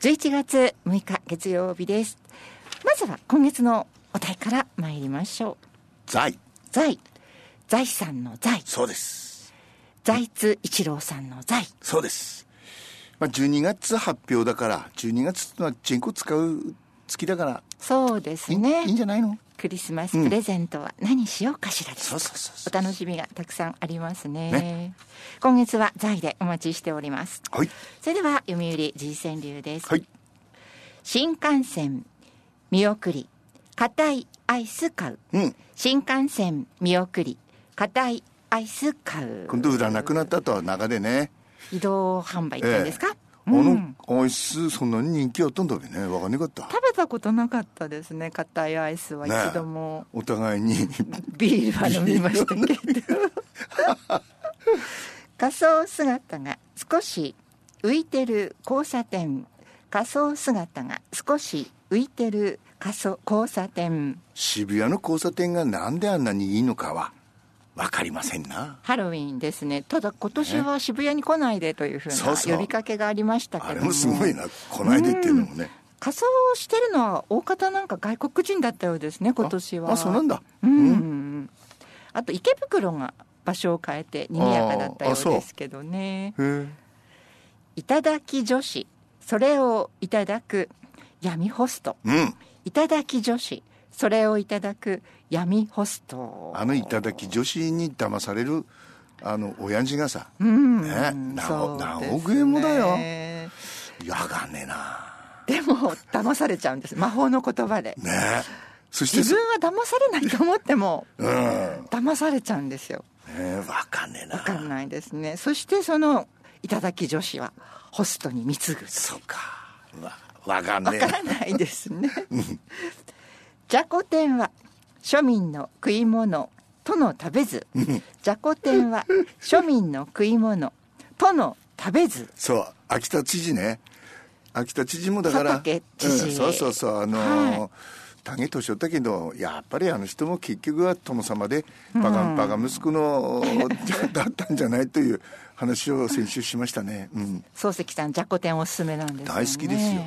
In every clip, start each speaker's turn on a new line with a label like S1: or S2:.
S1: 11月6日月曜日です。まずは今月のお題から参りましょう。
S2: 財
S1: 財。財産の財。
S2: そうです
S1: 財津一郎さんの財。
S2: そうです、まあ、12月発表だから12月ってのはチンコ使う月だから
S1: そうです
S2: いい,、
S1: ね
S2: い。んじゃないの
S1: クリスマスプレゼントは何しようかしらです。
S2: そうそうそうそ
S1: お楽しみがたくさんありますね。
S2: ね
S1: 今月は財でお待ちしております。
S2: うはい
S1: それでは読売 G 川流です。
S2: はい
S1: 新幹線見送り硬いアイス買う
S2: うん
S1: 新幹線見送り硬いアイス買う
S2: 今度売らなくなったとは中でね
S1: 移動販売っ
S2: え
S1: て
S2: え
S1: んですか、
S2: あのアイスそんなに人気あったんだべねわかんなかった
S1: 食べたことなかったですね硬いアイスは
S2: ねえ
S1: 一度も、
S2: お互いに
S1: ビールは飲みましたけど 仮装姿が少し浮いてる交差点仮装姿が少し浮いてる仮装交差点
S2: 渋谷の交差点がなんであんなにいいのかはわかりませんな
S1: ハロウィンですね。ただ今年は渋谷に来ないでというふう
S2: そ
S1: な
S2: うそう
S1: 呼びかけがありましたけ
S2: あ
S1: れ
S2: れ
S1: ども。
S2: もすごいなこないでっていうのもね
S1: 仮装をしてるのは大方なんか外国人だったようですね、今年は。
S2: あそうなんだ
S1: うんうん。あと池袋が場所を変えて賑やかだったようですけどね。
S2: へえ
S1: いただき女子、それをいただく闇ホスト。
S2: うん
S1: いただき女子、それをいただく闇ホスト。
S2: あの頂き女子に騙されるあの親父がさ
S1: うん。
S2: ね
S1: そう
S2: 何
S1: ですね
S2: 何億円もだよやがんねえな
S1: でも騙されちゃうんです魔法の言葉で
S2: ねえそして
S1: 自分は騙されないと思っても
S2: うん
S1: 騙されちゃうんですよ
S2: ねえわかんねえな
S1: 分かんないですねそしてその頂き女子はホストに貢ぐ
S2: そうかわわかんね
S1: 分
S2: え
S1: か
S2: な
S1: らないですねじゃこ天は庶民の食い物との食べずじゃこ天は庶民の食い物との食べず
S2: そう秋田知事ね秋田知事もだから
S1: 佐竹知事
S2: うんそうそうそうあのー
S1: は
S2: 竹年寄ったけどやっぱりあの人も結局は殿様でバカンバカ息子の、 だったんじゃないという話を先週しましたね、うん、
S1: 漱石さんじゃこ天おすすめなんですよね
S2: 大好きですよ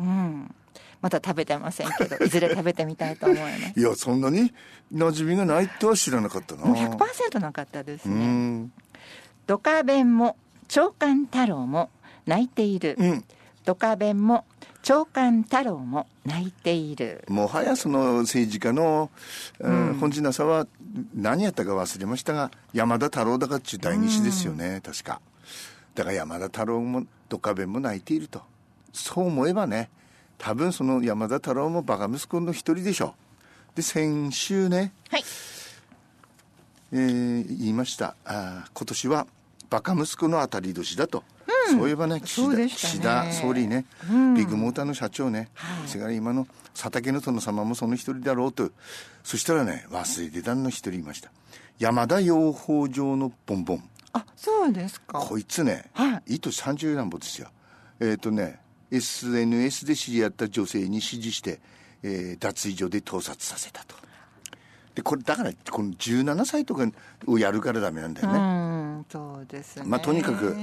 S1: うん、まだ食べてませんけどいずれ食べてみたいと思います
S2: いやそんなに馴染みがないとは知らなかったな
S1: もう100%なかったです
S2: う
S1: ね
S2: ん
S1: ドカベンも長官太郎も泣いている
S2: うん
S1: ドカベンも長官太郎も泣いている
S2: もはやその政治家の、うん本地なさは何やったか忘れましたが山田太郎だかっちゅう代議士ですよね、確かだから山田太郎もドカベンも泣いているとそう思えばね多分その山田太郎もバカ息子の一人でしょで先週ね、
S1: はい
S2: えー言いましたあー今年はバカ息子の当たり年だと、そういえばね岸
S1: そう
S2: 田
S1: でし
S2: 岸
S1: たね
S2: 田総理ね、ビッグモーターの社長ね、
S1: はい
S2: それから今の佐竹の殿様もその一人だろうとそしたらね忘れてたの一人いました山田養蜂場のボンボン
S1: あそうですか
S2: こいつね、、
S1: はい
S2: と30何歩ですよえっ、とね SNS で知り合った女性に指示して、えー脱衣所で盗撮させたとでこれだからこの17歳とかをやるからダメなんだよ
S1: う
S2: ね、
S1: んそうですね
S2: まあとにかく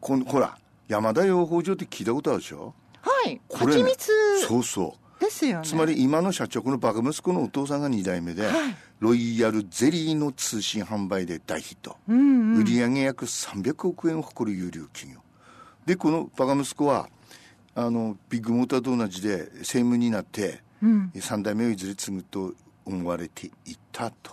S2: こんほら山田養蜂場って聞いたことあるでしょ
S1: はい
S2: これ
S1: 蜂
S2: ね
S1: 蜜
S2: そうそう
S1: ですよね
S2: つまり今の社長このバカ息子のお父さんが2代目で、ロイヤルゼリーの通信販売で大ヒット、売上約300億円を誇る有料企業でこのバカ息子はあのビッグモーターと同じで政務になって、3代目をいずれ継ぐと思われていたと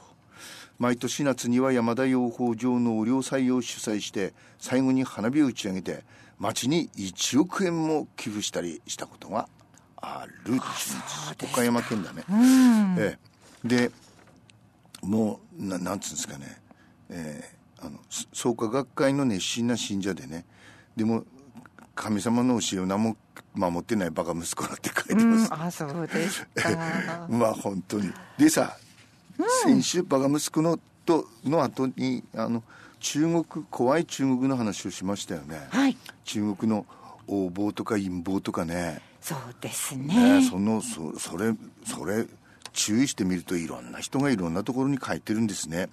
S2: 毎年夏には山田養蜂場の料祭を主催して最後に花火を打ち上げて町に1億円も寄付したりしたことがある岡山県だね、ええ、でもうななんつうんですかね、ええあのそ創価学会の熱心な信者でねでも神様の教えを何も守ってないバカ息子だって書いて
S1: う
S2: ま
S1: ん
S2: す、
S1: あそうですか
S2: まあ本当にでさ、先週バカ息子のとの後にあの中国怖い中国の話をしましたよね、
S1: はい
S2: 中国の横暴とか陰謀とかね
S1: そうです
S2: ね
S1: ね
S2: えそのそそれそれ注意してみるといろんな人がいろんなところに書いてるんですね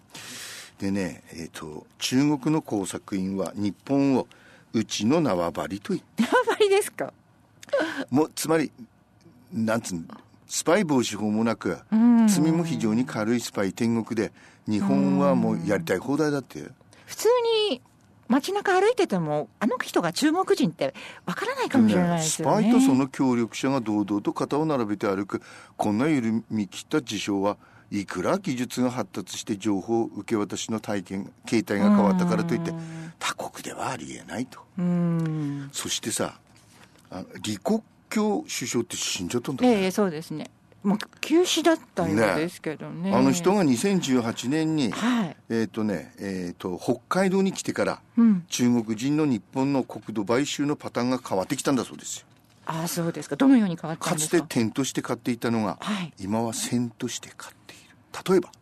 S2: でね、えー、と中国の工作員は日本をうちの縄張りと言って
S1: 縄張りですか
S2: もうつまりなんつうんスパイ防止法もなく罪も非常に軽いスパイ天国で日本はもうやりたい放題だって
S1: 普通に街中歩いててもあの人が中国人ってわからないかもしれないです
S2: ス
S1: よ
S2: パ
S1: ね
S2: イとその協力者が堂々と肩を並べて歩くこんな緩み切った事象はいくら技術が発達して情報受け渡しの体験形態が変わったからといって他国ではありえないと
S1: うん
S2: そしてさあの李克強首相って死んじゃったんだね
S1: ええそうですねもう休止だったようですけどね
S2: あの人が2018年に、
S1: はい
S2: えっ、とね、えっ、と、北海道に来てから、
S1: うん
S2: 中国人の日本の国土買収のパターンが変わってきたんだそうですよ。
S1: ああそうですかどのように変わったん
S2: か
S1: で
S2: つ
S1: す
S2: て
S1: か
S2: 点として買っていたのが、
S1: はい
S2: 今は線として買っている。例えば、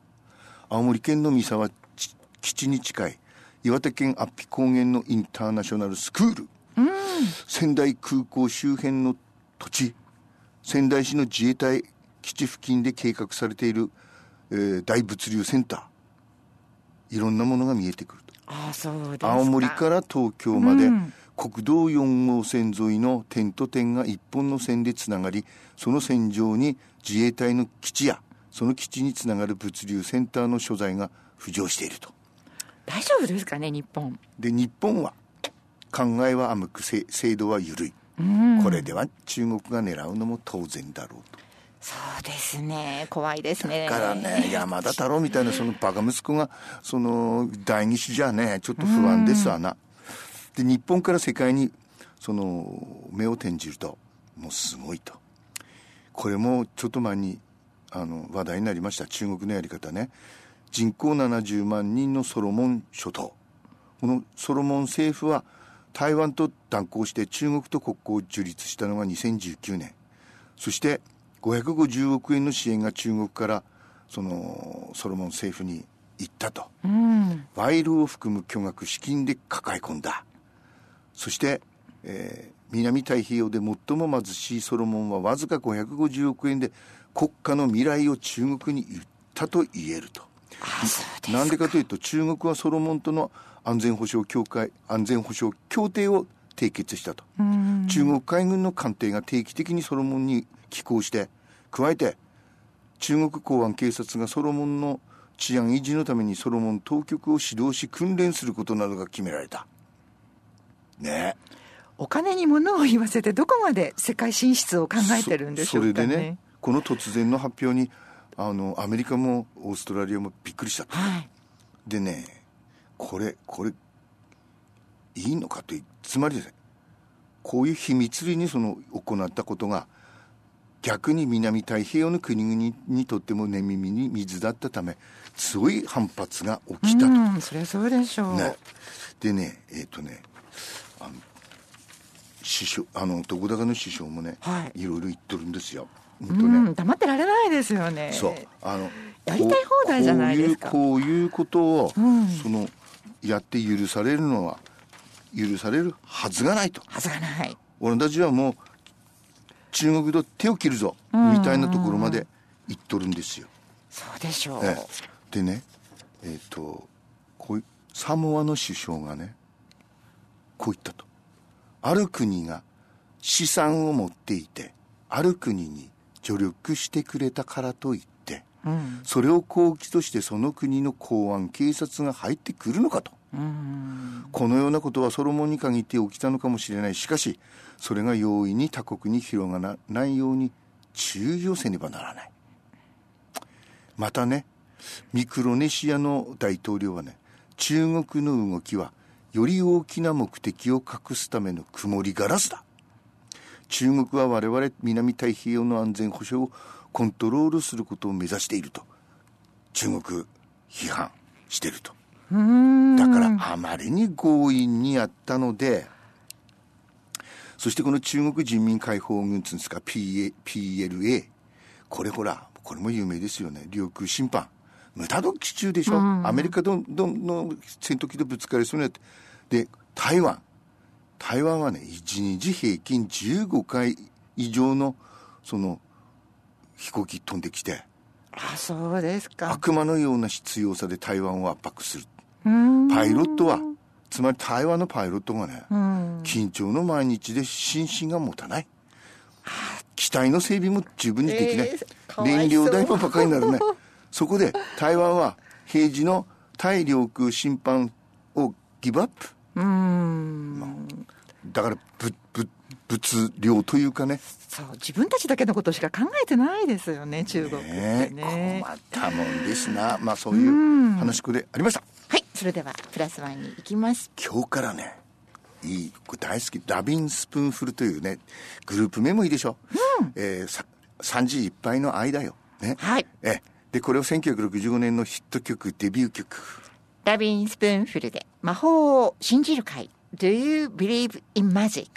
S2: 青森県の三沢地基地に近い、岩手県安比高原のインターナショナルスクール、仙台空港周辺の土地、仙台市の自衛隊基地付近で計画されている、えー大物流センター、いろんなものが見えてくると。
S1: ああそうですか
S2: 青森から東京まで、
S1: うん
S2: 国道4号線沿いの点と点が一本の線でつながりその線上に自衛隊の基地やその基地につながる物流センターの所在が浮上していると
S1: 大丈夫ですかね日本
S2: で日本は考えは甘くせ制度は緩い、これでは中国が狙うのも当然だろうと
S1: そうですね怖いですね
S2: だからね山田太郎みたいなそのバカ息子がその代議士じゃねちょっと不安ですわな、で日本から世界にその目を転じるともうすごいとこれもちょっと前にあの話題になりました中国のやり方ね人口70万人のソロモン諸島このソロモン政府は台湾と断交して中国と国交を樹立したのが2019年そして550億円の支援が中国からそのソロモン政府に行ったと
S1: うん
S2: 賄賂を含む巨額資金で抱え込んだそして、えー南太平洋で最も貧しいソロモンはわずか550億円で国家の未来を中国に売ったと言えると
S1: あそうです
S2: なんでかというと中国はソロモンとの安全保障協会安全保障協定を締結したと
S1: うん
S2: 中国海軍の艦艇が定期的にソロモンに寄港して加えて中国公安警察がソロモンの治安維持のためにソロモン当局を指導し訓練することなどが決められたねえ
S1: お金に物を言わせてどこまで世界進出を考えてるんでしょうか
S2: そそれで
S1: ね
S2: ねこの突然の発表にあのアメリカもオーストラリアもびっくりしたと
S1: はい
S2: でねこれこれいいのかというつまりですねこういう秘密裏にその行ったことが逆に南太平洋の国々にとっても寝耳に水だったため強い反発が起きたと、
S1: うんそりゃそうでしょう、
S2: ね、でねえっ、とねあの師匠あのどこだかの師匠もね、
S1: はい
S2: いろいろ言っとるんですよ。ほん
S1: う
S2: とね
S1: ん黙ってられないですよね
S2: そうあの
S1: やりたい放題じゃないですか
S2: こういうこういうことを、
S1: うん
S2: そのやって許されるのは許されるはずがないと
S1: はずがない
S2: 俺たちはもう中国と手を切るぞ、みたいなところまで行っとるんですよ。
S1: そうでしょう、
S2: ええでねえっ、とこういうサモアの首相がねこう言ったとある国が資産を持っていてある国に助力してくれたからといって
S1: うん
S2: それを好機としてその国の公安警察が入ってくるのかと
S1: うん
S2: このようなことはソロモンに限って起きたのかもしれないしかしそれが容易に他国に広がらないように注意をせねばならないまたねミクロネシアの大統領はね中国の動きはより大きな目的を隠すための曇りガラスだ中国は我々南太平洋の安全保障をコントロールすることを目指していると中国批判してると
S1: うん
S2: だからあまりに強引にやったので、そしてこの中国人民解放軍っつうんですか、PA PLA。これほら、これも有名ですよね。領空侵犯。無駄時中でしょ。アメリカどんどんの戦闘機とぶつかりそうになって。で、台湾。台湾はね、1日平均15回以上の、その、飛行機飛んできて、
S1: あそうですか
S2: 悪魔のような必要さで台湾を圧迫する。
S1: うん
S2: パイロットは、つまり台湾のパイロットがね、
S1: うん
S2: 緊張の毎日で心身が持たない。体の整備も十分にできない、
S1: えーかわいそう
S2: 燃料代もバカにならない そこで台湾は平時の大領空侵犯をギブアップ
S1: うーん
S2: だからぶぶ物量というかね
S1: そう自分たちだけのことしか考えてないですよね中国ってね
S2: ね困ったもんですなまあそういう話し子でありました
S1: はいそれではプラスワンに行きます
S2: 今日からねいい僕大好きラビンスプーンフルというねグループ名もいいでしょ、えーさ3時いっぱいの間よ、ね
S1: はい
S2: ええでこれを1965年のヒット曲デビュー曲
S1: ラビンスプーンフルで魔法を信じる会 Do you believe in magic